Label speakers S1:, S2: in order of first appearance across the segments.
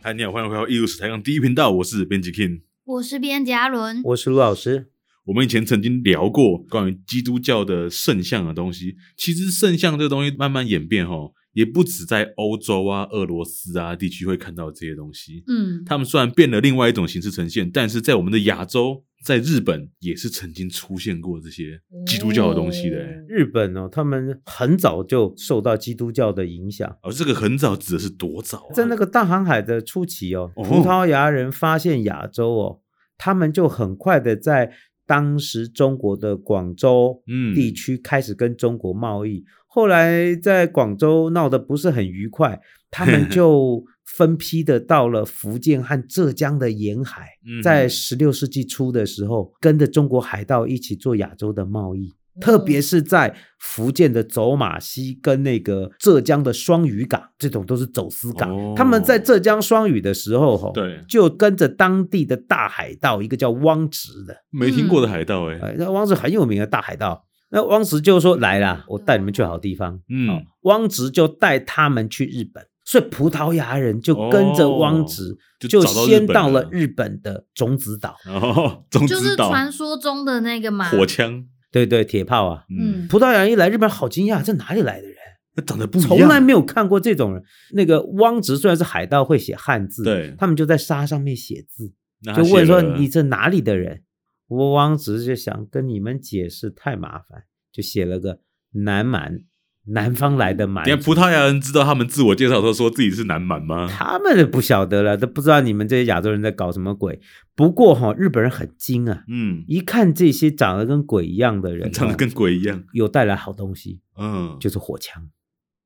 S1: 嗨，你好，欢迎回到艺术史台港第一频道，我是编辑 King。
S2: 我是边辑阿伦，
S3: 我是卢老师。
S1: 我们以前曾经聊过关于基督教的圣像的东西。其实圣像这个东西慢慢演变，哈，也不止在欧洲啊、俄罗斯啊地区会看到这些东西。
S2: 嗯，
S1: 他们虽然变了另外一种形式呈现，但是在我们的亚洲，在日本也是曾经出现过这些基督教的东西的、欸。
S3: 日本哦，他们很早就受到基督教的影响，
S1: 哦而、这个很早指的是多早、啊？
S3: 在那个大航海的初期哦，
S1: 哦
S3: 葡萄牙人发现亚洲哦，他们就很快的在当时中国的广州
S1: 嗯
S3: 地区开始跟中国贸易。后来在广州闹得不是很愉快，他们就分批的到了福建和浙江的沿海。
S1: 嗯
S3: 在十六世纪初的时候，跟着中国海盗一起做亚洲的贸易，
S1: 哦
S3: 特别是在福建的走马溪跟那个浙江的双屿港，这种都是走私港。
S1: 哦
S3: 他们在浙江双屿的时候，吼，
S1: 对
S3: 就跟着当地的大海盗，一个叫汪直的，
S1: 没听过的海盗、欸，哎、
S3: 呃，那汪直很有名的大海盗。那汪直就说：“来啦，我带你们去好地方。”
S1: 嗯
S3: 哦，汪直就带他们去日本，所以葡萄牙人就跟着
S1: 哦
S3: 汪直，
S1: 就
S3: 就
S1: 找到日
S3: 先
S1: 本
S3: 到
S1: 了
S3: 了日本的种子岛。
S1: 然后哦总
S2: 就是
S1: 之岛
S2: 传说中的那个嘛，
S1: 火枪，
S3: 对对，铁炮啊！
S1: 嗯，
S2: 嗯，
S3: 葡萄牙人一来，日本人好惊讶，这哪里来的人？
S1: 那长得不一样，啊
S3: 从来没有看过这种人。那个汪直虽然是海盗，会写汉字，
S1: 对
S3: 他们就在沙上面写字，
S1: 那他
S3: 就问说
S1: 写了
S3: 你这哪里的人？我汪直就想跟你们解释，太麻烦，就写了个南蛮，南方来的蛮
S1: 你看
S3: 族。
S1: 葡萄牙人知道他们自我介绍的时候说自己是南蛮吗？
S3: 他们不晓得了，都不知道你们这些亚洲人在搞什么鬼。不过哈、日本人很精啊，
S1: 嗯，
S3: 一看这些长得跟鬼一样的人 哦，
S1: 长得跟鬼一样。
S3: 有带来好东西，
S1: 嗯，
S3: 就是火枪。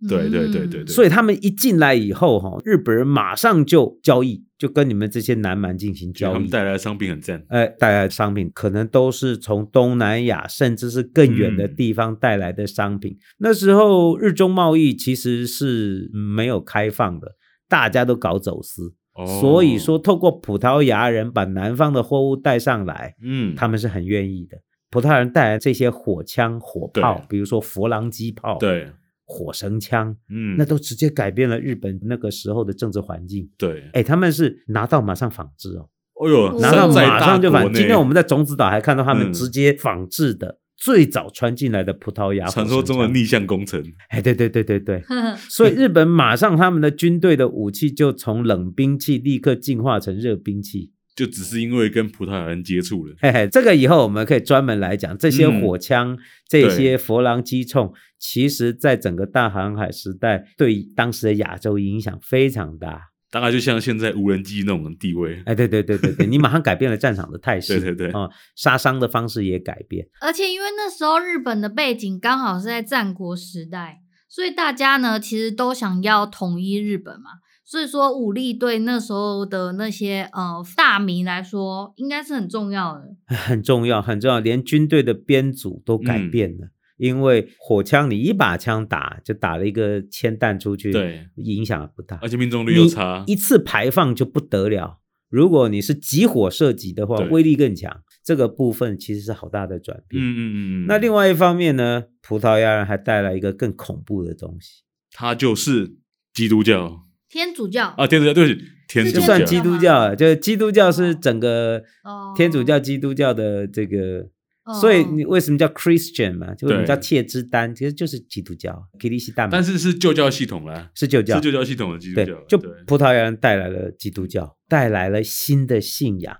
S1: 对对对
S2: 嗯
S1: 对对
S3: 所以他们一进来以后，哈，日本人马上就交易，就跟你们这些南蛮进行
S1: 觉得
S3: 交
S1: 他们
S3: 易。
S1: 带来的商品很赞。
S3: 呃，带来的商品可能都是从东南亚甚至是更远的
S1: 嗯
S3: 地方带来的商品。那时候日中贸易其实是没有开放的，大家都搞走私，
S1: 哦
S3: 所以说，透过葡萄牙人把南方的货物带上来，
S1: 嗯，
S3: 他们是很愿意的。葡萄牙人带来这些火枪、火炮
S1: 对，
S3: 比如说佛郎机炮、
S1: 对，
S3: 火绳枪，
S1: 嗯，
S3: 那都直接改变了日本那个时候的政治环境。
S1: 对。
S3: 哎，他们是拿到马上仿制哦，
S1: 哦呦，
S3: 拿到
S1: 山寨
S3: 马
S1: 大
S3: 上就
S1: 国
S3: 仿。
S1: 呢
S3: 今天我们在种子岛还看到他
S1: 嗯
S3: 们直接仿制的、最早穿进来的葡萄牙
S1: 传说中的
S3: 你，
S1: 逆向工程，
S3: 哎，对对对对对。
S2: 呵呵
S3: 所以日本马上他们的军队的武器就从冷兵器立刻进化成热兵器。
S1: 就只是因为跟葡萄牙人接触了。
S3: 嘿嘿，这个以后我们可以专门来讲这些
S1: 嗯
S3: 火枪、这
S1: 对
S3: 些佛郎机铳，其实在整个大航海时代对当时的亚洲影响非常大。
S1: 大概就像现在无人机那种地位，
S3: 哎，对对对对对，你马上改变了战场的态势，
S1: 对对对
S3: 啊、杀伤的方式也改变。
S2: 而且因为那时候日本的背景刚好是在战国时代，所以大家呢其实都想要统一日本嘛，所以说武力对那时候的那些呃大名来说应该是很重要的。
S3: 很重要，很重要，连军队的编组都改
S1: 嗯
S3: 变了。因为火枪，你一把枪打就打了一个铅弹出去，
S1: 对，
S3: 影响不大。
S1: 而且命中率又差
S3: 你。一次排放就不得了。如果你是集火射击的话
S1: 对，
S3: 威力更强。这个部分其实是好大的转
S1: 嗯
S3: 变。
S1: 嗯嗯嗯。
S3: 那另
S1: 外，
S3: 外一方面呢，葡萄牙人还带来一个更恐怖的东西，
S1: 他就是基督教
S2: 天主教
S1: 啊，天主教，对不起，天
S2: 是
S1: 主
S3: 就
S1: 教，
S3: 算基督教了，就是基督教
S2: 哦
S3: 是整个
S2: 哦
S3: 天主教、基督教的这个
S2: 哦
S3: 所以你为什么叫 Christian 嘛？就为什么
S1: 对
S3: 叫切之丹？其实就是基督教，基利西大嘛
S1: 但，是是旧教系统啦，
S3: 是旧教，
S1: 是旧教系统的基督
S3: 对
S1: 教，，
S3: 就
S1: 对
S3: 葡萄牙人带来了基督教，带来了新的信仰，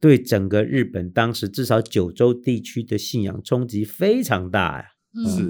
S3: 对整个日本当时至少九州地区的信仰冲击非常大呀、
S2: 嗯
S1: 是。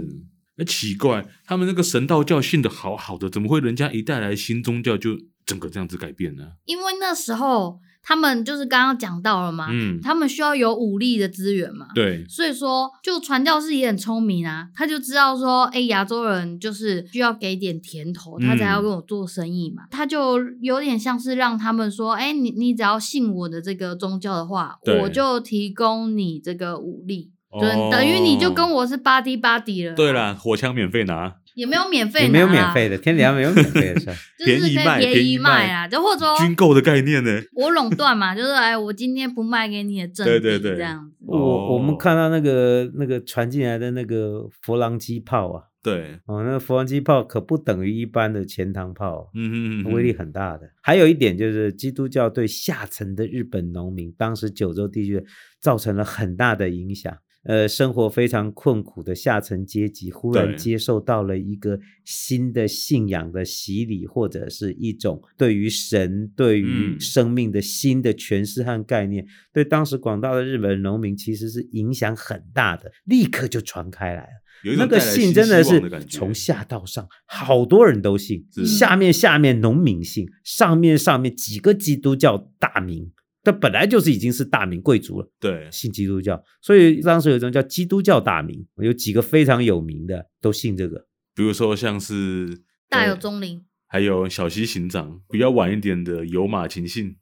S1: 那哎奇怪，他们那个神道教信的好好的，怎么会人家一带来新宗教就整个这样子改变呢？
S2: 因为那时候他们就是刚刚讲到了嘛，
S1: 嗯，
S2: 他们需要有武力的资源嘛，
S1: 对，
S2: 所以说，就传教士也很聪明啊，他就知道说，哎，亚洲人就是需要给点甜头，
S1: 嗯
S2: 他才要跟我做生意嘛。他就有点像是让他们说，哎，你你只要信我的这个宗教的话，
S1: 对
S2: 我就提供你这个武力，
S1: 哦
S2: 对，等于你就跟我是 buddy buddy 了。啊
S1: 对，啦，火枪免费拿，
S2: 也没有免费，
S3: 也没有免，费的，天底下没有免 费的事儿。
S2: 就是可以
S1: 便宜卖
S2: 便
S1: 便
S2: 宜
S1: 宜卖
S2: 卖啊，就或者说
S1: 军购的概念呢？
S2: 我垄断嘛，就是哎，我今天不卖给你的阵地，
S1: 对对对
S2: 这样子。
S3: 我我
S1: 哦
S3: 们看到那个那个传进来的那个佛朗机炮啊，
S1: 对，
S3: 哦，那佛王机炮可不等于一般的钱塘炮，啊
S1: 嗯嗯嗯，
S3: 威力很大的。还有一点就是，基督教对下层的日本农民，当时九州地区造成了很大的影响。呃，生活非常困苦的下层阶级，忽然
S1: 对
S3: 接受到了一个新的信仰的洗礼，或者是一种对于神、对于
S1: 嗯
S3: 生命的新的诠释和概念，对当时广大的日本农民其实是影响很大的，立刻就传开来了。
S1: 有一
S3: 那
S1: 种
S3: 个
S1: 带来
S3: 信
S1: 新
S3: 真
S1: 希
S3: 的
S1: 望
S3: 是
S1: 感觉
S3: 从下到上，好多人都信，
S1: 是
S3: 下面下面农民信，上面上面几个基督教大名，他本来就是已经是大名贵族了，
S1: 对，
S3: 信基督教，所以当时有一种叫基督教大名，有几个非常有名的都信这个。
S1: 比如说像是
S2: 大有钟灵，
S1: 还有小西行长，比较晚一点的有马秦信，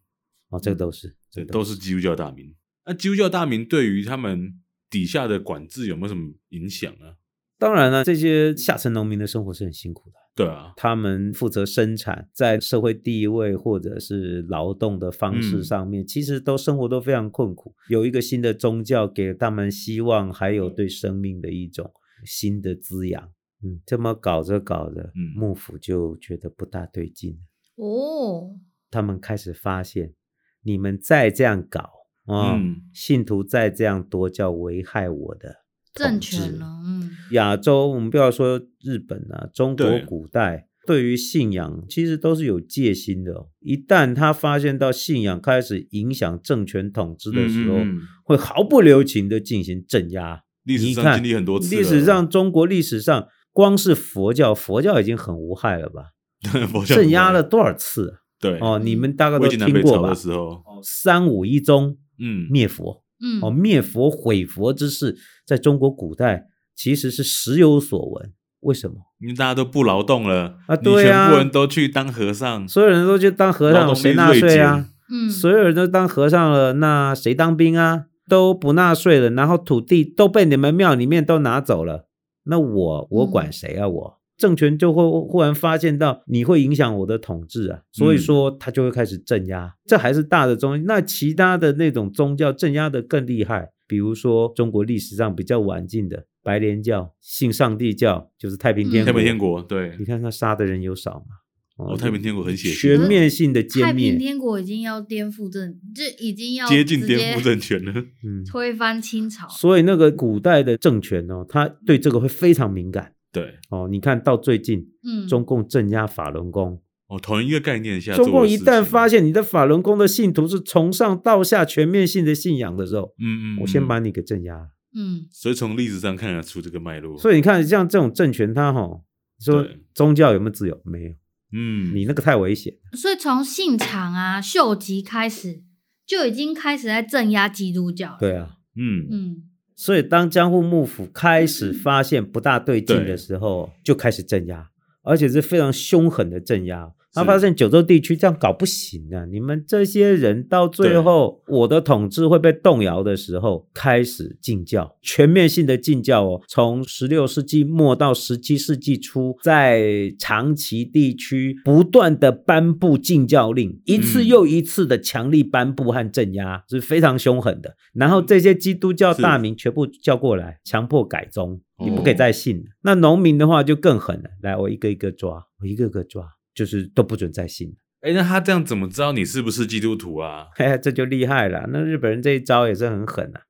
S3: 哦，这个都是，这
S1: 对，
S3: 个
S1: 嗯都是基督教大名。那基督教大名对于他们底下的管制有没有什么影响啊？
S3: 当然了，这些下层农民的生活是很辛苦的，
S1: 对啊，
S3: 他们负责生产，在社会地位或者是劳动的方式
S1: 嗯
S3: 上面，其实都生活都非常困苦。有一个新的宗教给了他们希望，还有
S1: 嗯
S3: 对生命的一种新的滋养。嗯，这么搞着搞着，
S1: 嗯
S3: 幕府就觉得不大对劲，
S2: 哦，
S3: 他们开始发现，你们再这样搞啊，
S1: 嗯
S3: 信徒再这样多教，危害我的
S2: 政
S3: 统治
S2: 权呢？嗯，
S3: 亚洲，我们不要说日本啊，中国
S1: 对
S3: 古代对于信仰其实都是有戒心的、哦。一旦他发现到信仰开始影响政权统治的时候，
S1: 嗯嗯嗯
S3: 会毫不留情的进行镇压。
S1: 历史
S3: 你
S1: 上
S3: 看
S1: 经历很多次了，
S3: 历史 上，中国历史上光是佛教，佛教已经很无害了吧？
S1: 佛教
S3: 镇压
S1: 徒
S3: 了多少次
S1: 对嗯
S3: 哦？你们大概都
S1: 魏晋南
S3: 听
S1: 北
S3: 过
S1: 朝
S3: 吧哦
S1: 的？时候，
S3: 三武一宗
S1: 嗯，
S3: 灭佛，
S2: 嗯
S3: 哦，灭佛毁佛之事，在中国古代其实是时有所闻。为什么？
S1: 因为大家都不劳动了
S3: 啊
S1: 你
S3: 对啊
S1: 全部人都去当和尚，
S3: 所有人都去当和
S1: 劳动
S3: 尚，
S1: 力
S3: 谁纳
S1: 锐
S3: 税
S1: 减
S3: 啊？
S2: 嗯，
S3: 所有人都当和尚了，那谁当兵啊？都不纳税了，然后土地都被你们庙里面都拿走了，那我我管谁啊？我政权就会忽然发现到你会影响我的统治啊，所以说
S1: 嗯
S3: 他就会开始镇压，这还是大的宗。那其他的那种宗教镇压的更厉害，比如说中国历史上比较晚近的白莲教、信上帝教，就是太平天
S1: 嗯太
S3: 国。
S1: 平天国，对
S3: 你，看他杀的人有少吗？
S1: 哦，太平天国很血
S3: 全
S1: 腥啊，
S3: 面性的歼
S2: 太平
S3: 灭，
S2: 天国已经要颠覆政，这已经要
S1: 接近
S2: 直
S1: 颠覆
S2: 接
S1: 政权了，
S3: 嗯，
S2: 推翻清朝。
S3: 所以那个古代的政权哦，他对这个会非常敏感
S1: 对，
S3: 哦。你看到最近，
S2: 嗯，
S3: 中共镇压法轮功，
S1: 哦，同一个概念下，
S3: 中共一旦
S1: 啊
S3: 发，现你的法轮功的信徒是从上到下全面性的信仰的时候，
S1: 嗯嗯，
S3: 我先
S1: 嗯
S3: 把你给镇压了。
S2: 嗯
S1: 所以从历史上看得出这个脉络。
S3: 所
S1: 以，
S3: 以你看，像这种政权，它哈、哦，你说
S1: 对
S3: 宗教有没有自由？没有，
S1: 嗯，
S3: 你那个太危险。
S2: 所以从信长啊、秀吉开始，就已经开始在镇压基督教了。
S3: 对 啊，
S1: 嗯，
S2: 嗯，
S3: 所以当江户幕府开始发现不大对劲的时候，就开始镇压，而且是非常凶狠的镇压。他
S1: 是
S3: 发现九州地区这样搞不行啊！你们这些人到最后，我的统治会被动摇的时候，开始禁教，全面性的禁教哦。从十六世纪末到十七世纪初，在长崎地区不断的颁布禁教令，一次
S1: 嗯
S3: 又一次的强力颁布和镇压，是非常凶狠的。然后这些基督教
S1: 是
S3: 大名全部叫过来，强迫改宗，你不可以
S1: 哦
S3: 再信了。那农民的话就更狠了，来，我一个一个抓，我一个个抓，就是都不准再信了。
S1: 哎，那他这样怎么知道你是不是基督徒啊？
S3: 嘿嘿，这就厉害了。那日本人这一招也是很狠啊。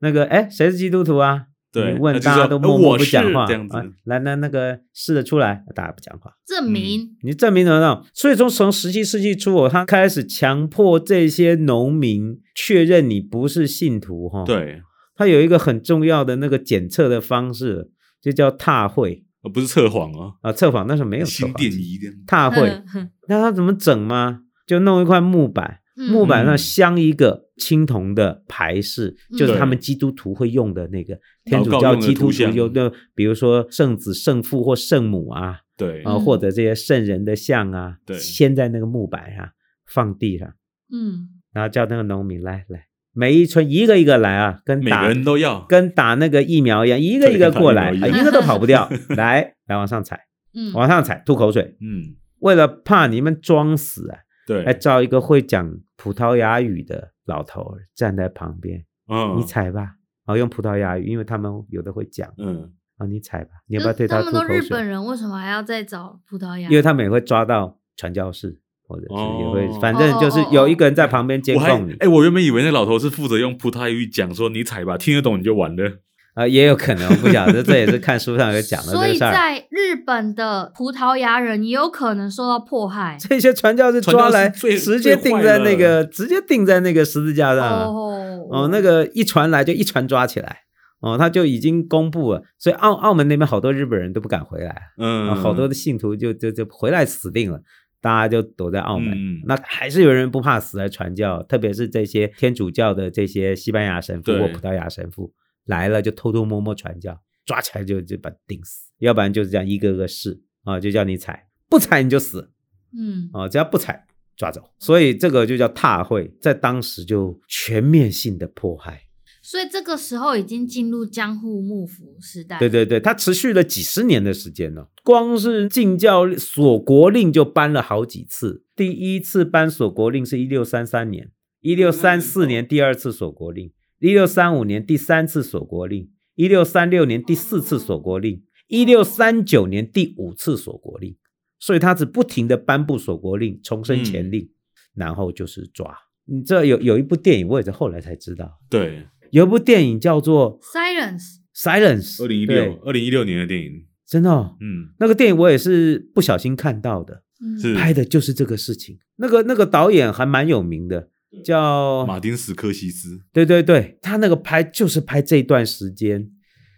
S3: 那个，哎，谁是基督徒啊？
S1: 对
S3: 你问
S1: 那就
S3: 大家
S1: 说
S3: 都
S1: 呃
S3: 默默
S1: 我
S3: 不讲
S1: 是
S3: 话，
S1: 这样子
S3: 啊来，那那个试着出来，大家不讲话。
S2: 证明
S3: 你证明得到，所以从从十七世纪初哦，他开始强迫这些农民确认你不是信徒哈、哦。，
S1: 对，
S3: 他有一个很重要的那个检测的方式，就叫踏会
S1: 呃不是测谎哦，
S3: 啊，测谎那时候没有测
S1: 心
S3: 谎
S1: 电
S3: 机，
S1: 仪这样。
S3: 踏
S2: 嗯
S3: 会。那他怎么整嘛？就弄一块木板，木板上
S1: 嗯
S3: 镶一个青铜的牌饰，
S2: 嗯
S3: 就是他们基督徒会用的那个天主
S1: 祷告
S3: 教
S1: 用的
S3: 基督
S1: 图
S3: 徒
S1: 像
S3: 有的，比如说圣子、圣父或圣母啊，
S1: 对，
S3: 啊、
S2: 嗯
S3: 或者这些圣人的像啊，
S1: 对
S3: 牵在那个木板上，放地上，
S2: 嗯
S3: 然后叫那个农民来来，每一村一个一个来啊，跟
S1: 每
S3: 打
S1: 个人都要。
S3: 跟打那个疫苗一样，一个
S1: 对
S3: 一个
S1: 跟打
S3: 过
S1: 疫苗
S3: 来，啊
S1: 一样
S3: 一个都跑不掉， 来来往上踩，
S2: 嗯，
S3: 往上踩，吐口水，
S1: 嗯，
S3: 为了怕你们装死啊，
S1: 对
S3: 还，找一个会讲葡萄牙语的老头儿站在旁边，
S1: 嗯，
S3: 哦你，踩吧，然后用葡萄牙语，因为他们有的会讲，
S1: 嗯，
S3: 啊，你踩吧，你要不要对
S2: 他
S3: 吐
S2: 们
S3: 口
S2: 都
S3: 水？
S2: 日本人为什么还要再找葡萄牙？
S3: 因为他们也会抓到传教士，或者是也会，
S1: 啊哦
S3: 反正就是有一个人在旁边监
S1: 我还
S3: 控你
S1: 哎、，我原本以为那老头是负责用葡萄牙语讲说你踩吧，听得懂你就完了。
S3: 啊、也有可能我不晓得，这也是看书上有讲的
S2: 所
S3: 这
S2: 以
S3: 事儿。啊
S2: 在日本的葡萄牙人也有可能受到迫害。
S3: 这些传教士抓来，
S1: 传教士最
S3: 直接钉在那
S1: 最坏
S3: 个，直接钉在那个十字架上啊。
S2: 哦
S3: 哦，那个一传来就一传抓起来，哦，他就已经公布了，所以澳澳门那边好多日本人都不敢回来，哦
S1: 嗯，
S3: 好多的信徒就就就回来死定了。大家就躲在澳门，
S1: 嗯嗯
S3: 那还是有人不怕死来传教，特别是这些天主教的这些西班牙神父
S1: 对
S3: 或葡萄牙神父来了，就偷偷摸摸传教，抓起来就就把钉死，要不然就是这样一个个试啊，就叫你踩，不踩你就死，
S2: 嗯，
S3: 啊，只要不踩抓走，所以这个就叫踏会，在当时就全面性的迫害。
S2: 所以这个时候已经进入江户幕府时代。
S3: 对对对，它持续了几十年的时间呢、光是禁教锁国令就颁了好几次，第一次颁锁国令是一六三三年，一六三四
S1: 嗯
S3: 年第二次锁国令，一六三五年第三次锁国令，一六三六年第四次锁国令，一六三九年第五次锁国令。所以他只不停的颁布锁国令，重申
S1: 嗯
S3: 前令，然后就是抓。你这有有一部电影，我也是后来才知道，
S1: 对，
S3: 有一部电影叫做
S2: Silence，
S3: Silence，
S1: 二零一
S3: 对
S1: 六二零一六年的电影，
S3: 真的、哦，
S1: 嗯，
S3: 那个电影我也是不小心看到的，
S2: 嗯
S1: 是
S3: 拍的就是这个事情。那个那个导演还蛮有名的，叫
S1: 马丁斯科西斯，
S3: 对对对，他那个拍就是拍这段时间，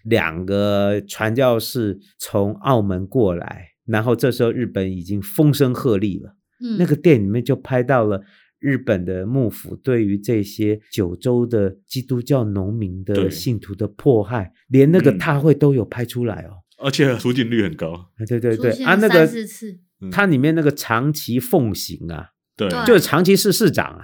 S3: 两个传教士从澳门过来，然后这时候日本已经风声鹤唳了。
S2: 嗯
S3: 那个电影里面就拍到了日本的幕府对于这些九州的基督教农民的
S1: 对
S3: 信徒的迫害，连那个
S1: 嗯
S3: 大会都有拍出来哦。
S1: 而且出镜率很高，
S3: 啊对对
S2: 出
S3: 对，
S2: 现
S3: 啊，那
S2: 三
S3: 个
S2: 四次，
S1: 嗯
S3: 它里面那个长崎奉行啊，
S1: 对，
S2: 对
S3: 就是长崎市市长啊，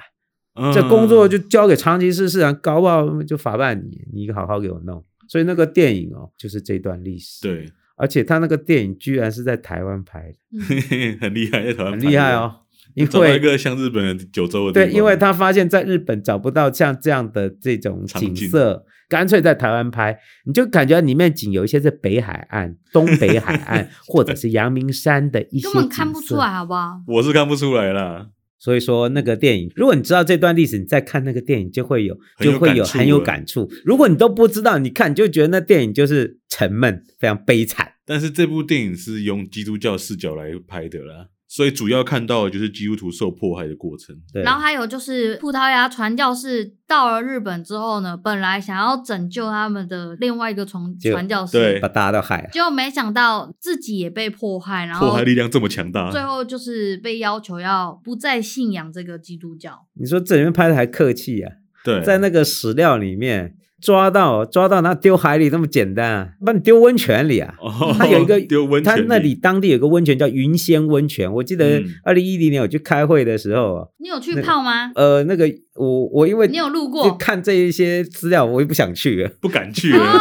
S1: 嗯
S3: 这工作就交给长崎市市长，搞不好就法办你，你好好给我弄。所以那个电影哦，就是这段历史。，
S1: 对，
S3: 而且他那个电影居然是在台湾拍的，
S2: 嗯
S1: 很厉害，在台湾
S3: 很
S1: 拍的
S3: 厉害，哦。因
S1: 找到一
S3: 为
S1: 个像日本的九州的地
S3: 对，
S1: 方，
S3: 因为他发现在日本找不到像这样的这种
S1: 场
S3: 景
S1: 景
S3: 色，干脆在台湾拍，你就感觉里面景有一些是北海岸、东北海 岸或者是阳明山的一些，
S2: 根本看不出来，。好不好？
S1: 我是看不出来啦，
S3: 所以说那个电影，如果你知道这段历史，你再看那个电影就会有
S1: 很有
S3: 就会有
S1: 感触啊
S3: 很有
S1: 了
S3: 感触。如果你都不知道，你看你就觉得那电影就是沉闷，非常悲惨。
S1: 但是这部电影是用基督教视角来拍的啦，所以主要看到的就是基督徒受迫害的过程，
S3: 对，
S2: 然后还有就是葡萄牙传教士到了日本之后呢，本来想要拯救他们的另外一个传
S3: 就
S2: 传教士，
S1: 对
S3: 把大家都害了。
S2: 结果没想到自己也被迫害，然
S1: 迫
S2: 后
S1: 害力量这么强
S3: 啊
S1: 大，
S2: 最后就是被要求要不再信仰这个基督教。
S3: 你说这里面拍的还客气啊，
S1: 对，
S3: 在那个史料里面抓到抓到，那丢海里那么简单啊？把你丢温泉里啊？
S1: 哦
S3: 他有一个
S1: 丢温泉，
S3: 他那里当地有个温泉叫云仙温泉，我记得
S1: 嗯
S3: 二零一零年我去开会的时候啊，
S2: 你有去泡吗？
S3: 呃，那个我我因为
S2: 你有路
S3: 就
S2: 过？
S3: 看这一些资料，我也不想去了。
S1: 不敢去了，
S2: 哦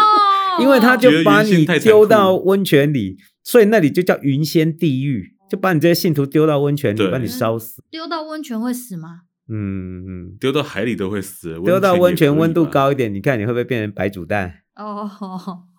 S3: 因为他
S1: 觉
S3: 就
S1: 得
S3: 把
S1: 云仙
S3: 你
S1: 太残
S3: 丢
S1: 酷
S3: 到温泉里，所以那里就叫云仙地狱，就把你这些信徒丢到温泉里，
S1: 对
S3: 把你烧死。
S2: 丢到温泉会死吗？
S3: 嗯嗯，
S1: 丢到海里都会死，
S3: 丢到温泉
S1: 也可以
S3: 温度
S1: 吧，
S3: 高一点，你看你会不会变成白煮蛋？
S2: 哦，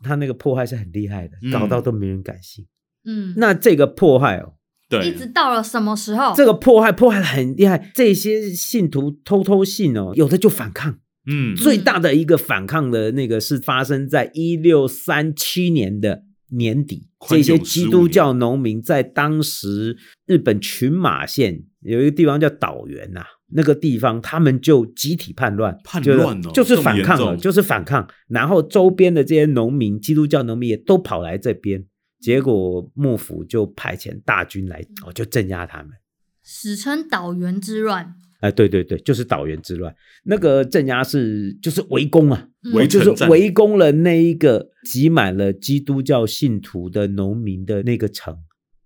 S3: 他那个迫害是很厉害的，
S1: 嗯
S3: 搞到都没人敢信。
S2: 嗯，
S3: 那这个迫害哦，
S1: 对，
S2: 一直到了什么时候？
S3: 这个迫害迫害得很厉害，这些信徒偷偷信哦，有的就反抗。
S1: 嗯，
S3: 最大的一个反抗的那个是发生在一六三七年的年底，
S1: 宽
S3: 这
S1: 永
S3: 些基督教农民在当时日本群马县有一个地方叫岛原呐、那个地方他们就集体叛乱，
S1: 叛乱哦
S3: 就是就是
S1: 这么
S3: 反抗
S1: 严
S3: 了，
S1: 重
S3: 就是反抗。然后周边的这些农民，基督教农民也都跑来这边，结果幕府就派遣大军来，哦，就镇压他们。
S2: 史称岛原之乱。
S3: 哎，对对对，就是岛原之乱，那个镇压是就是围攻啊，
S2: 嗯
S1: 围
S3: 就
S1: 城
S3: 是
S1: 战
S3: 围攻了那一个挤满了基督教信徒的农民的那个城，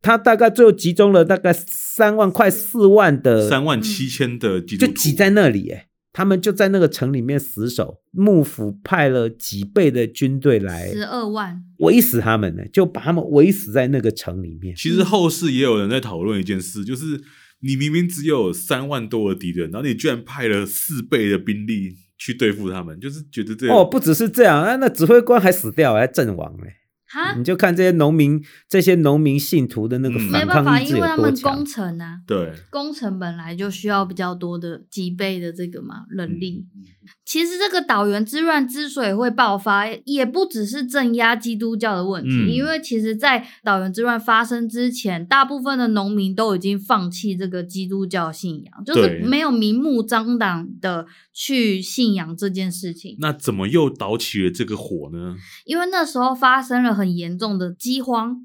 S3: 他大概最后集中了大概三万快四万
S2: 嗯
S3: 的，
S1: 三万七千的基督
S3: 就
S1: 徒
S3: 挤在那里哎，他们就在那个城里面死守，幕府派了几倍的军队来
S2: 十二万，
S3: 围死他们呢，就把他们围死在那个城里面。
S1: 其实后世也有人在讨论一件事，就是你明明只有三万多的敌人，然后你居然派了四倍的兵力
S3: 哦
S1: 去对付他们，就是觉得这个
S3: 啊哦，不只是这样，那那指挥官还死掉，还阵亡嘞。
S2: 哈
S3: 你，就看这些农民，这些农民信徒的那个
S1: 嗯
S2: 没
S3: 反
S2: 办法，
S3: 抗意
S2: 因
S3: 志
S2: 为
S3: 有
S2: 他
S3: 多
S2: 们
S3: 强
S2: 工？程啊，
S1: 对，
S2: 工程本来就需要比较多的几倍的这个嘛人力。
S1: 嗯
S2: 其实这个岛原之乱之所以会爆发，也不只是镇压基督教的问题，
S1: 嗯
S2: 因为其实，在岛原之乱发生之前，大部分的农民都已经放弃这个基督教信仰，就是
S1: 对
S2: 没有明目张胆的去信仰这件事情。
S1: 那怎么又导起了这个火呢？
S2: 因为那时候发生了很严重的饥荒，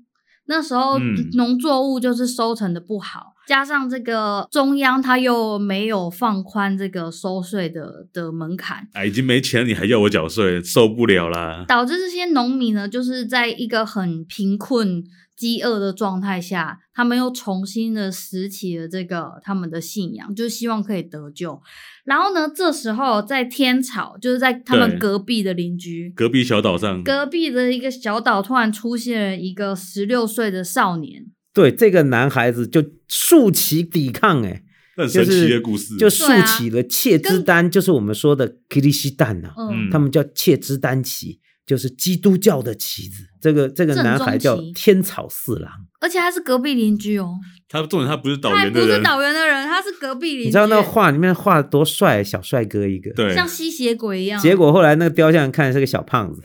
S2: 那时候
S1: 嗯
S2: 农作物就是收成的不好，加上这个中央它又没有放宽这个收税的的门槛。
S1: 啊，已经没钱了，你还要我缴税，受不了啦！
S2: 导致这些农民呢，就是在一个很贫困、饥饿的状态下，他们又重新的拾起了这个他们的信仰，就希望可以得救。然后呢，这时候在天朝，就是在他们
S1: 对
S2: 隔壁的邻居，
S1: 隔壁小岛上，
S2: 隔壁的一个小岛突然出现了一个十六岁的少年，
S3: 对，这个男孩子就竖起抵抗、欸，
S1: 很
S3: 就
S1: 神
S3: 是
S1: 奇的故事，
S3: 就竖
S2: 对啊
S3: 起了切之
S2: 跟
S3: 丹，就是我们说的基利西丹呐、
S1: 嗯
S2: 嗯，
S3: 他们叫切之丹旗，就是基督教的旗子。这个这个
S2: 正
S3: 男孩
S2: 宗
S3: 叫
S2: 旗
S3: 天草四郎，
S2: 而且他是隔壁邻居哦，
S1: 他重点他不是岛
S2: 他还
S1: 员
S2: 不
S1: 的
S2: 是
S1: 人，
S2: 岛原的人，他是隔壁邻居，
S3: 你知道那画里面画的多帅，小帅哥一个。。
S1: 对，
S2: 像吸血鬼一样，
S3: 结果后来那个雕像看是个小胖子，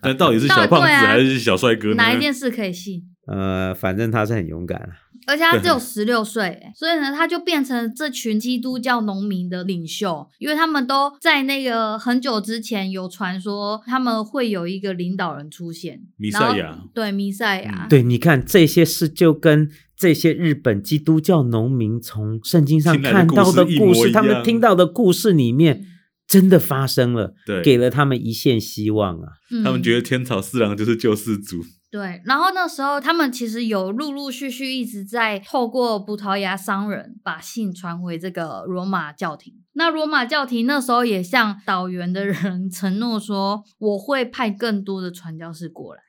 S1: 但到底是小
S2: 到
S1: 胖子
S2: 底对啊
S1: 还是小帅哥呢？
S2: 哪一件事可以信？
S3: 呃，反正他是很勇敢啊。
S2: 而且他只有
S1: 对
S2: 十六岁欸，所以呢，他就变成这群基督教农民的领袖，因为他们都在那个很久之前有传说他们会有一个领导人出现，
S1: 弥
S2: 然后
S1: 赛亚
S2: 对弥赛亚，
S1: 嗯
S3: 对，你看这些事就跟这些日本基督教农民从圣经上
S1: 听来的
S3: 看到的
S1: 故事一
S3: 故
S1: 模
S3: 事，
S1: 一
S3: 他们
S1: 样
S3: 听到的故事里面真的发生了，
S1: 对，
S3: 给了他们一线希望啊。
S2: 嗯
S1: 他们觉得天草四郎就是救世主，
S2: 对，然后那时候他们其实有陆陆续续一直在透过葡萄牙商人把信传回这个罗马教廷。那罗马教廷那时候也向岛原的人 承诺说，我会派更多的传教士过来，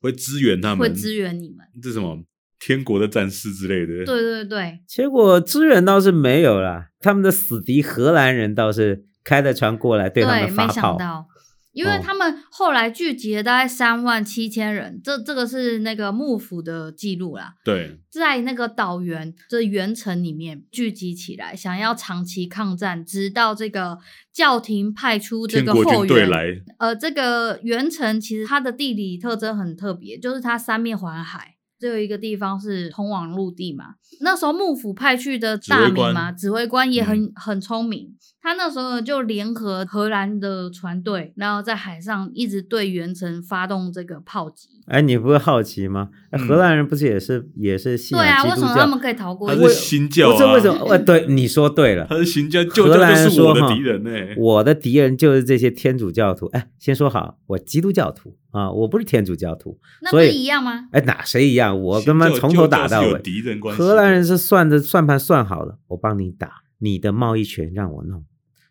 S1: 会支援他们，
S2: 会支援你们。
S1: 这什么天国的战士之类的，
S2: 对对对，
S3: 结果支援倒是没有啦，他们的死敌荷兰人倒是开着船过来对他们发
S2: 没想
S3: 炮。
S2: 到，因为
S3: 哦
S2: 他们后来聚集了大概三万七千人，这这个是那个幕府的记录啦。
S1: 对，
S2: 在那个岛原这原城里面聚集起来，想要长期抗战，直到这个教廷派出这
S1: 天
S2: 个
S1: 国
S2: 后
S1: 军队
S2: 援。
S1: 来，
S2: 呃，这个原城其实它的地理特征很特别，就是它三面环海。只有一个地方是通往陆地嘛，那时候幕府派去的大
S1: 指挥
S2: 名
S1: 官嗯
S2: 嘛，指挥官也很、很聪明，他那时候就联合荷兰的船队，然后在海上一直对原城发动这个炮击。
S3: 哎，你不会好奇吗？哎
S1: 嗯
S3: 荷兰人不是也是也是信
S2: 对啊，
S3: 仰
S2: 为
S3: 基
S2: 什
S3: 督
S2: 么他
S3: 教
S2: 们？可以逃过
S1: 他
S2: 一
S1: 是
S2: 劫？
S1: 新教
S3: 不
S1: 啊，
S3: 是为什么？呃，对，你说对了
S1: 他。是新教，旧
S3: 荷
S1: 教
S3: 兰人
S1: 就是
S3: 说
S1: 我的
S3: 哈
S1: 敌人呢、
S3: 我的敌人就是这些天主教徒。哎，先说好，我基督教徒啊，我不是天主教徒。
S2: 那不
S3: 所以
S2: 是一样吗？
S3: 哎，哪谁一样？我
S1: 新
S3: 跟他
S1: 教
S3: 们从头打
S1: 旧教
S3: 到
S1: 是有
S3: 尾。
S1: 敌人关系，
S3: 荷兰人是算着算盘算好了，我帮你打，你的贸易权让我弄。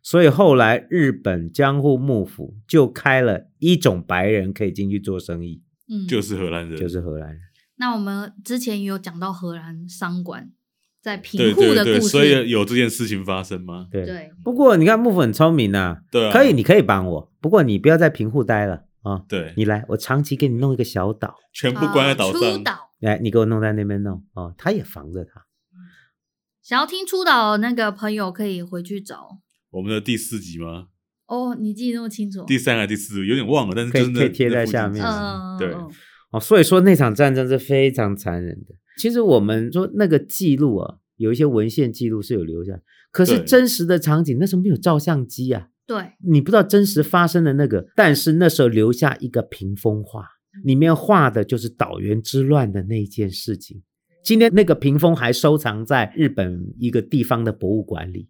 S3: 所以后来日本江户幕府就开了一种白人可以进去做生意，
S2: 嗯，
S1: 就是荷兰人，
S3: 就是荷兰人。
S2: 那我们之前也有讲到荷兰商馆在
S1: 对
S2: 贫户
S1: 对
S2: 的故
S1: 对，
S2: 事，
S1: 所以有这件事情发生吗？
S3: 对，
S2: 对
S3: 不过你看幕府很聪明呐、
S1: 对、啊，
S3: 可以，你可以帮我，不过你不要在平户待了啊，
S1: 对，
S3: 你来，我长期给你弄一个小岛。
S1: 全部关在岛
S2: 啊出
S1: 上，
S2: 岛，
S3: 来，哎你给我弄在那边弄哦，他也防着他。
S2: 想要听出岛的那个朋友可以回去找
S1: 我们的第四集吗？
S2: 哦。你记得那么清楚？
S1: 第三还是第四？有点忘了，但是
S3: 可以
S1: 真的
S3: 可以贴在下
S2: 嗯
S3: 面
S1: 那附近
S2: 嗯，嗯
S1: 对
S2: 嗯
S3: 哦，所以说那场战争是非常残忍的。其实我们说那个记录啊，有一些文献记录是有留下，可是
S1: 对
S3: 真实的场景那时候没有照相机啊，
S2: 对，
S3: 你不知道真实发生的那个。但是那时候留下一个屏风画，里面画的就是岛原之乱的那一件事情。今天那个屏风还收藏在日本一个地方的博物馆里。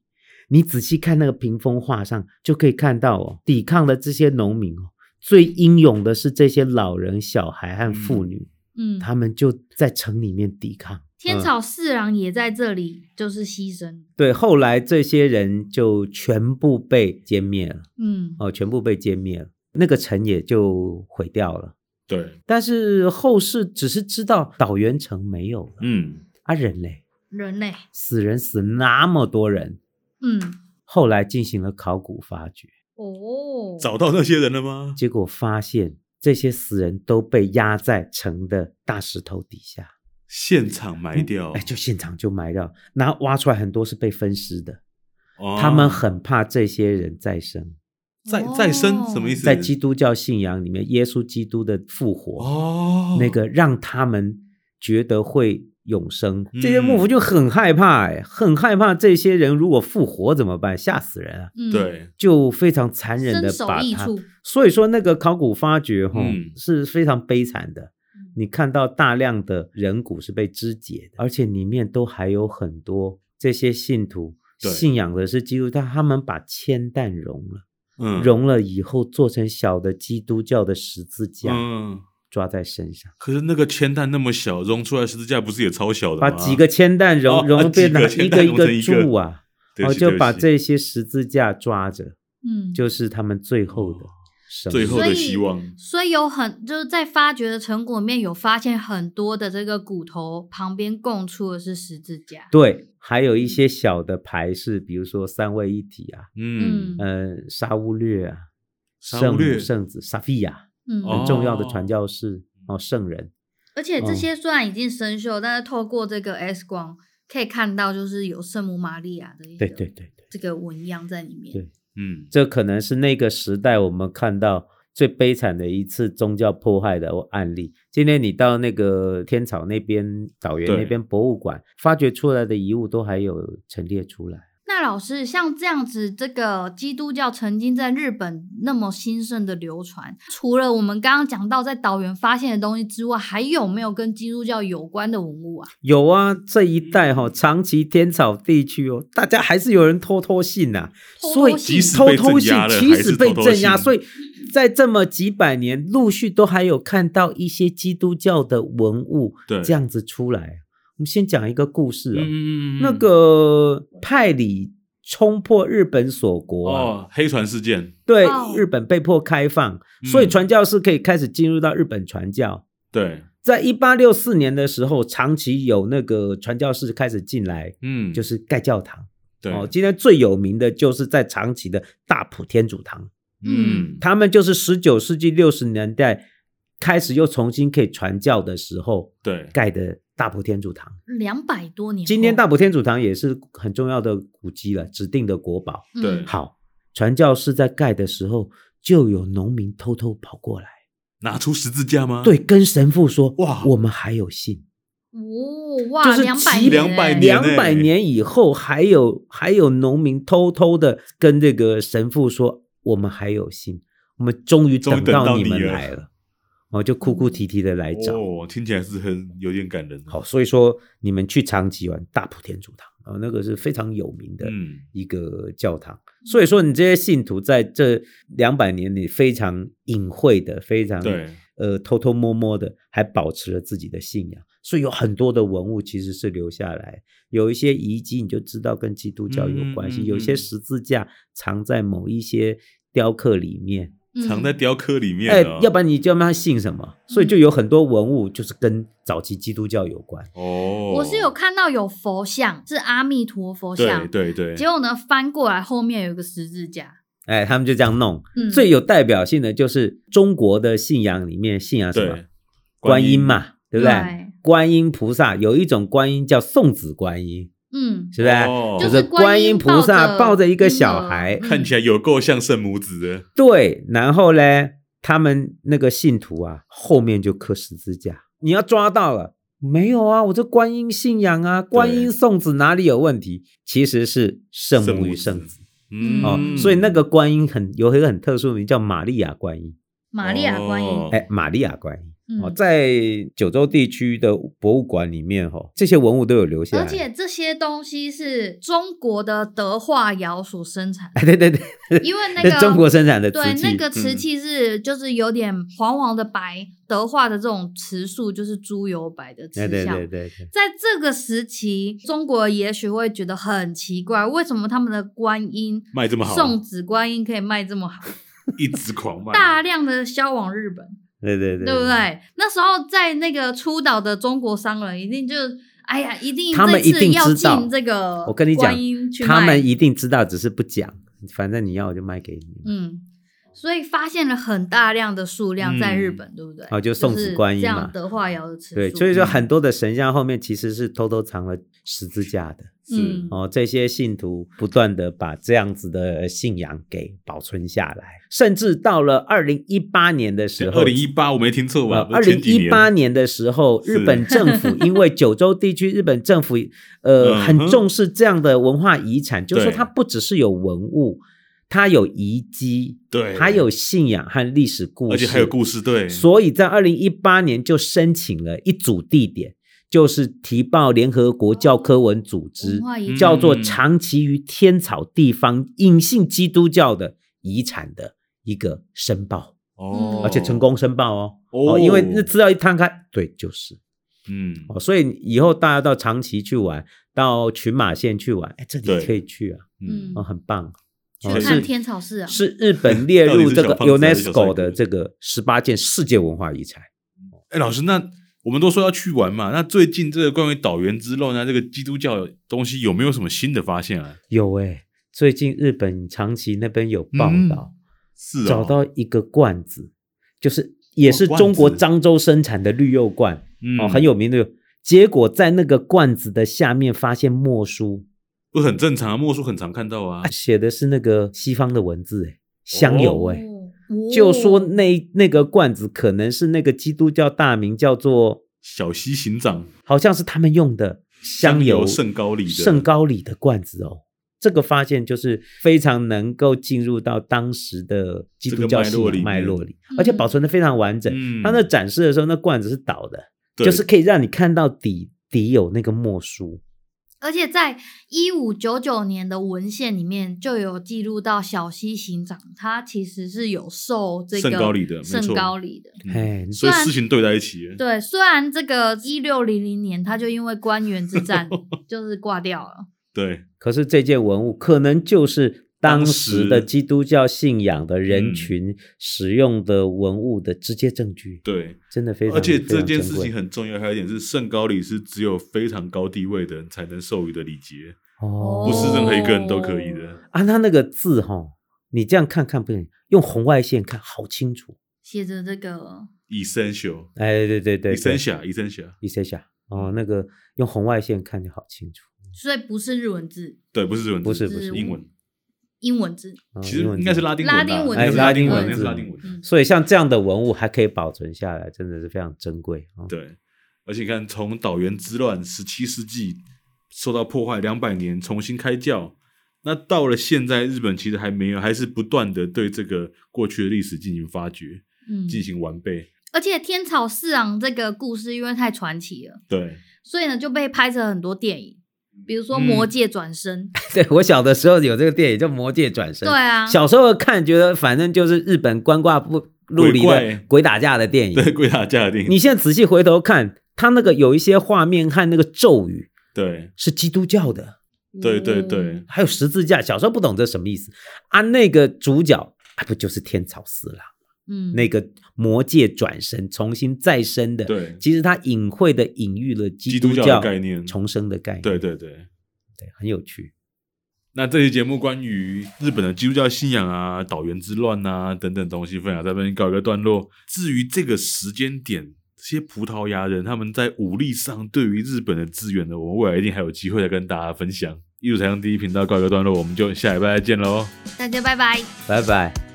S3: 你仔细看那个屏风画上，就可以看到哦，抵抗的这些农民哦，最英勇的是这些老人、小孩和妇女。
S2: 嗯，
S3: 他们就在城里面抵抗。
S2: 天草四郎也在这里，就是牺牲。
S3: 对，后来这些人就全部被歼灭了，
S2: 嗯，
S3: 哦，全部被歼灭了，那个城也就毁掉了。
S1: 对，
S3: 但是后世只是知道岛原城没有了，
S1: 嗯，
S3: 啊，人嘞，
S2: 人类，
S3: 死人死那么多人，
S2: 嗯，
S3: 后来进行了考古发掘，
S2: 哦，
S1: 找到那些人了吗？
S3: 结果发现这些死人都被压在城的大石头底下，
S1: 现场埋掉，
S3: 哎，就现场就埋掉，然后挖出来很多是被分尸的，
S1: 哦
S3: 他们很怕这些人再生。
S1: 再再生
S2: 哦
S1: 什么意思？
S3: 在基督教信仰里面，耶稣基督的复活，
S1: 哦，
S3: 那个让他们觉得会永生。
S1: 嗯
S3: 这些幕府就很害怕、哎，很害怕这些人如果复活怎么办？吓死人啊！
S2: 嗯，
S1: 对，
S3: 就非常残忍的
S2: 身首
S3: 把
S2: 异
S3: 他。
S2: 处，
S3: 所以说，那个考古发掘哈、
S1: 嗯
S3: 是非常悲惨的。
S2: 嗯
S3: 你看到大量的人骨是被肢解的，而且里面都还有很多这些信徒
S1: 对
S3: 信仰的是基督教，他们把铅弹融了。
S1: 嗯，
S3: 融了以后做成小的基督教的十字架，
S1: 嗯，
S3: 抓在身上，
S1: 可是那个铅弹那么小，融出来十字架不是也超小的吗？
S3: 把几个铅弹
S1: 啊哦
S3: 融融
S1: 几
S3: 变成
S1: 个
S3: 一
S1: 铅
S3: 个
S1: 弹
S3: 一
S1: 融成
S3: 个
S1: 一
S3: 柱啊，
S1: 对不
S3: 然后
S1: 起
S3: 就
S1: 对不
S3: 把
S1: 起
S3: 这些十字架抓着，
S2: 嗯，
S3: 就是他们最后的
S1: 哦
S3: 生
S1: 最后
S3: 命
S1: 的
S2: 所以
S1: 希望，
S2: 所以有很就是在发掘的成果里面有发现很多的这个骨头旁边供出的是十字架，
S3: 对，还有一些小的牌是，比如说三位一体啊，
S1: 嗯
S2: 嗯，
S3: 呃，沙乌略啊，
S1: 沙
S3: 圣
S1: 乌略
S3: 母圣子萨菲亚，
S2: 嗯，
S1: 哦
S3: 很重要的传教士哦，圣人，
S2: 而且
S3: 哦
S2: 这些虽然已经生锈，但是透过这个 X 光可以看到，就是有圣母玛利亚的一个
S3: 对对对对，
S2: 这个纹样在里面。
S3: 对
S1: 嗯，
S3: 这可能是那个时代我们看到最悲惨的一次宗教迫害的案例。今天你到那个天草那边、岛原
S1: 对
S3: 那边博物馆，发掘出来的遗物都还有陈列出来。
S2: 那老师，像这样子，这个基督教曾经在日本那么兴盛的流传，除了我们刚刚讲到在岛原发现的东西之外，还有没有跟基督教有关的文物啊？
S3: 有啊，这一带哈、哦，长期天草地区哦，大家还是有人偷偷信呐、
S2: 偷偷
S3: 所以
S2: 信
S1: 即使
S3: 偷
S1: 被
S3: 偷
S1: 镇
S3: 信
S1: 压，了
S3: 即
S1: 还
S3: 使
S1: 是
S3: 被
S1: 偷偷
S3: 镇压，
S1: 信
S3: 所以在这么几百年，陆续都还有看到一些基督教的文物
S1: 对
S3: 这样子出来。我们先讲一个故事
S1: 嗯
S3: 哦，
S1: 嗯嗯嗯，
S3: 那个派里冲破日本锁国啊、
S1: 哦，黑船事件，
S3: 对、
S2: 哦
S3: 日本被迫开放，所以
S1: 嗯
S3: 传教士可以开始进入到日本传教。
S1: 对，
S3: 在一八六四年的时候，长崎有那个传教士开始进来，
S1: 嗯，
S3: 就是是盖教堂。
S1: 对，
S3: 哦，今天最有名的就是在长崎的大浦天主堂，
S1: 嗯，
S3: 他们就是十九世纪六十年代开始又重新可以传教的时候
S1: 对，
S3: 盖的大浦天主堂。
S2: 两百多年
S1: 哦
S2: 后，
S3: 今天大埔天主堂也是很重要的古迹了，指定的国宝。
S2: 嗯
S1: 对
S3: 好，传教士在盖的时候，就有农民偷偷跑过来，
S1: 拿出十字架吗？
S3: 对，，跟神父说：“
S1: 哇
S3: 我们还有信，
S2: 哦哇，
S3: 就是
S2: 两百嗯
S1: 200
S3: 几
S1: 年
S3: 两
S1: 欸
S3: 百年以后还有还有农民偷偷的跟这个神父说，我们还有信，我们终于
S1: 终于
S3: 等
S1: 等
S3: 到
S1: 到
S3: 你
S1: 你
S3: 们
S1: 了
S3: 来了。”哦，就哭哭啼啼的来找。
S1: 哦，听起来是很有点感人的，啊
S3: 好，所以说你们去长崎玩大埔天主堂，哦，那个是非常有名的。
S1: 嗯，
S3: 一个教堂。所以说，你这些信徒在这两百年里非常隐晦的，非常
S1: 对，
S3: 呃偷偷摸摸的，还保持了自己的信仰。所以有很多的文物其实是留下来，有一些遗迹你就知道跟基督教有关
S1: 嗯
S3: 系，
S1: 嗯嗯
S3: 有一些
S1: 嗯
S3: 十字架藏在某一些雕刻里面。
S2: 嗯
S1: 藏在雕刻里面
S3: 哎，
S1: 哦，
S3: 要不然你叫他信什
S1: 嗯
S3: 么？所以就有很多文物就是跟早期基督教有关。
S1: 哦，
S2: 我是有看到有佛像，是阿弥陀佛像，
S1: 对对
S2: 结
S1: 对，
S2: 果呢翻过来后面有一个十字架，
S3: 哎，他们就这样弄。
S2: 嗯，
S3: 最有代表性的就是中国的信仰里面信仰什么
S1: 对？，
S3: 观音，嘛，对不对？
S2: 对
S3: 观音菩萨有一种观音叫送子观音，
S2: 嗯，
S3: 是不是？
S1: 哦
S3: 就
S2: 就是是
S3: 观音菩萨抱
S2: 抱
S3: 着
S2: 着
S3: 一个
S2: 婴
S3: 小
S2: 儿
S3: 孩，
S2: 嗯
S1: 看起来有够像圣母子的，
S3: 对，然后呢，他们那个信徒啊，后面就刻十字架，你要抓到了。没有啊，我这观音信仰啊，观音送子哪里有问题？其实是圣母与圣子
S1: 嗯，
S3: 哦，所以那个观音很有一个很特殊的名叫玛利亚观音，
S2: 玛利亚观音
S1: 哦，
S3: 哎，玛利亚观音。哦，
S2: 嗯
S3: 在九州地区的博物馆里面，哈，这些文物都有留下来。，
S2: 而且这些东西是中国的德化窑所生产
S3: 哎，对对对，
S2: 因为那
S3: 是
S2: 个
S3: 中国生产的瓷
S2: 对
S3: 器，
S2: 那个瓷
S1: 嗯
S2: 器是就是有点黄黄的白，德化的这种瓷塑就是猪油白的
S3: 对
S2: 瓷
S3: 对
S2: 像
S3: 对。对对，
S2: 在这个时期，中国也许会觉得很奇怪，为什么他们的观音
S1: 卖这
S3: 啊
S1: 么好，
S2: 送子观音可以卖这么好，
S1: 一直狂卖，
S2: 大量的销往日本。
S3: 对对对，
S2: 对不？对？那时候在那个出岛的中国商人一定就，哎呀，一定
S3: 他们一
S2: 这次
S3: 定
S2: 要
S3: 知道
S2: 进这个，
S3: 我跟你讲，他们
S2: 一
S3: 一定知道，只是不讲。反正你要我就卖给你。
S2: 嗯，所以发现了很大量的数量在日本，对不对？
S3: 哦就送子观音
S2: 就是这
S3: 嘛
S2: 样德化窑的吃
S3: 对，
S2: 素
S3: 所以说很多的神像后面其实是偷偷藏了十字架的。
S2: 嗯
S3: 哦，这些信徒不断的把这样子的信仰给保存下来，甚至到了二零一八年的时候，呃
S1: 二零一八我没听错吧？不
S3: 哦二
S1: 是
S3: 零
S1: 前几
S3: 一
S1: 年
S3: 八年的时候，
S1: 是
S3: 日本 政府因为九州地区日本政府呃、
S1: 嗯哼
S3: 很重视这样的文化遗产，就是说
S1: 对
S3: 它不只是有文物，它有遗迹，
S1: 对
S3: 它有信仰和历史故事，
S1: 而且还有故事，对，
S3: 所以在二零一八年就申请了一组地点，就是提报联合国教科文组织
S2: 文，化
S1: 嗯
S2: 遗产
S3: 叫做长期于天草地方隐性基督教的遗产的一个申报，
S2: 嗯
S1: 哦，
S3: 而且成，功申报哦。
S1: 哦
S3: 因为那资料一摊开，对，就是
S1: 嗯，
S3: 哦，所以以后大家到长崎去玩，到群马县去玩，哎，这
S1: 对
S3: 里可以去啊，
S1: 嗯，
S3: 哦，很棒。
S2: 去
S1: 哦
S2: 看
S1: 是
S2: 天草市啊，
S3: 是日本列
S1: 到底
S3: 入
S1: 是
S3: 这
S1: 小
S3: 个
S1: 胖子还是小帅
S3: UNESCO
S1: 哥
S3: 的这个十八件世界文化遗产。
S1: 哎，老师，那我们都说要去玩嘛，那最近这个关于岛原之乱啊，这个基督教的东西有没有什么新的发现啊？
S3: 有诶、最近日本长崎那边有报
S1: 嗯
S3: 道，
S1: 是哦
S3: 找到一个罐子，就是也是
S1: 哦罐子
S3: 中国漳州生产的绿釉罐
S1: 嗯
S3: 哦，很，有名的。结果在那个罐子的下面发现墨书，
S1: 不是很正常啊，莫叔很常看到啊，
S3: 写的是那个西方的文字、诶，香油、诶、
S2: 哦
S3: 欸就说那那个罐子可能是那个基督教大名叫做，
S1: 小西行长
S3: 好像是他们用的香油
S1: 圣高里的
S3: 圣高里的罐子哦。这个发现就是非常能够进入到当时的基督教信
S1: 这个
S3: 仰
S1: 脉
S3: 脉
S1: 络
S3: 络
S1: 里
S3: 里
S2: 嗯，
S3: 而且保存的非常完整。
S1: 嗯
S3: 它那展示的时候，那罐子是倒的，
S1: 对
S3: 就是可以让你看到底底有那个墨书。
S2: 而且在一五九九年的文献里面就有记录到小西行长，他其实是有受这个
S1: 圣高里的没错
S2: 圣高里的。
S1: 嗯
S3: 哎
S1: 所以事情对在一起了，
S2: 对，虽然这个一六零零年他就因为官员之 战就是挂掉了，
S1: 对，
S3: 可是这件文物可能就是当时
S1: 当
S3: 的
S1: 时
S3: 基督教信仰的
S1: 嗯
S3: 人群使用的文物的直接证据。
S1: 对，
S3: 真的非常，
S1: 而且这件
S3: 非常
S1: 事
S3: 珍贵
S1: 情很重要，还有一点是圣高里是只有非常高地位的人才能授予的礼节，
S3: 哦，
S1: 不是任何一个人都可以的。
S3: 啊，它那个字哈、你这样看看不行，用红外线看好清楚。
S2: 写着这个
S1: essential，
S3: 哎，对对对
S1: e
S3: 对
S1: s s e n t i a l e s s e n t i a l
S3: 一下下哦，那个用红外线看就好清楚。
S2: 所以不是日文字，
S1: 对，不是日文字，
S3: 不是不
S2: 是
S1: 英文，
S2: 英文字，
S3: 哦
S1: 其实
S3: 英文
S1: 应该是
S3: 字
S1: 拉丁吧
S2: 拉丁文
S1: 应该
S3: 哎
S1: 是
S3: 拉
S1: 拉丁
S3: 丁
S1: 文，
S3: 文
S1: 应该是
S3: 字
S1: 拉丁文，
S2: 嗯，
S3: 所以像这样的文物还可以保存下来，真的是非常珍贵啊、哦。
S1: 对，而且你看，从岛原之乱，十七世纪受到破坏两百年，重新开教。那到了现在，日本其实还没有，还是不断的对这个过去的历史进行发掘、
S2: 嗯，
S1: 进行完备。
S2: 而且天草四郎这个故事因为太传奇了，
S1: 对，
S2: 所以呢就被拍成很多电影，比如说《魔
S1: 嗯
S2: 界转身》
S3: 对我小的时候有这个电影叫《魔界转身》，
S2: 对、啊，
S3: 小时候看觉得反正就是日本官挂不路
S1: 鬼
S3: 里
S1: 怪
S3: 的鬼打架的电
S1: 对，
S3: 影。
S1: 鬼打架的电
S3: 你
S1: 影，
S3: 现在仔细回头看，它那个有一些画面和那个咒语
S1: 对，
S3: 是基督教的。
S1: 对对
S2: 嗯
S1: 对，
S3: 还有十字架，小时候不懂这什么意思啊。那个主角啊，不就是天草四郎
S2: 嗯，
S3: 那个魔界转身、重新再生的？
S1: 对
S3: 其实他隐晦的隐喻了基
S1: 督
S3: 督
S1: 教的概念
S3: 重生的概念，
S1: 对对对。
S3: 对，很有趣。
S1: 那这期节目关于日本的基督教信仰啊、岛原之乱啊等等东西分享，在这边告一个段落。至于这个时间点，这些葡萄牙人他们在武力上对于日本的资源呢，我们未来一定还有机会再跟大家分享。艺术台上第一频道告一个段落，我们就下礼拜再见喽。
S2: 大家拜拜。
S3: 拜拜。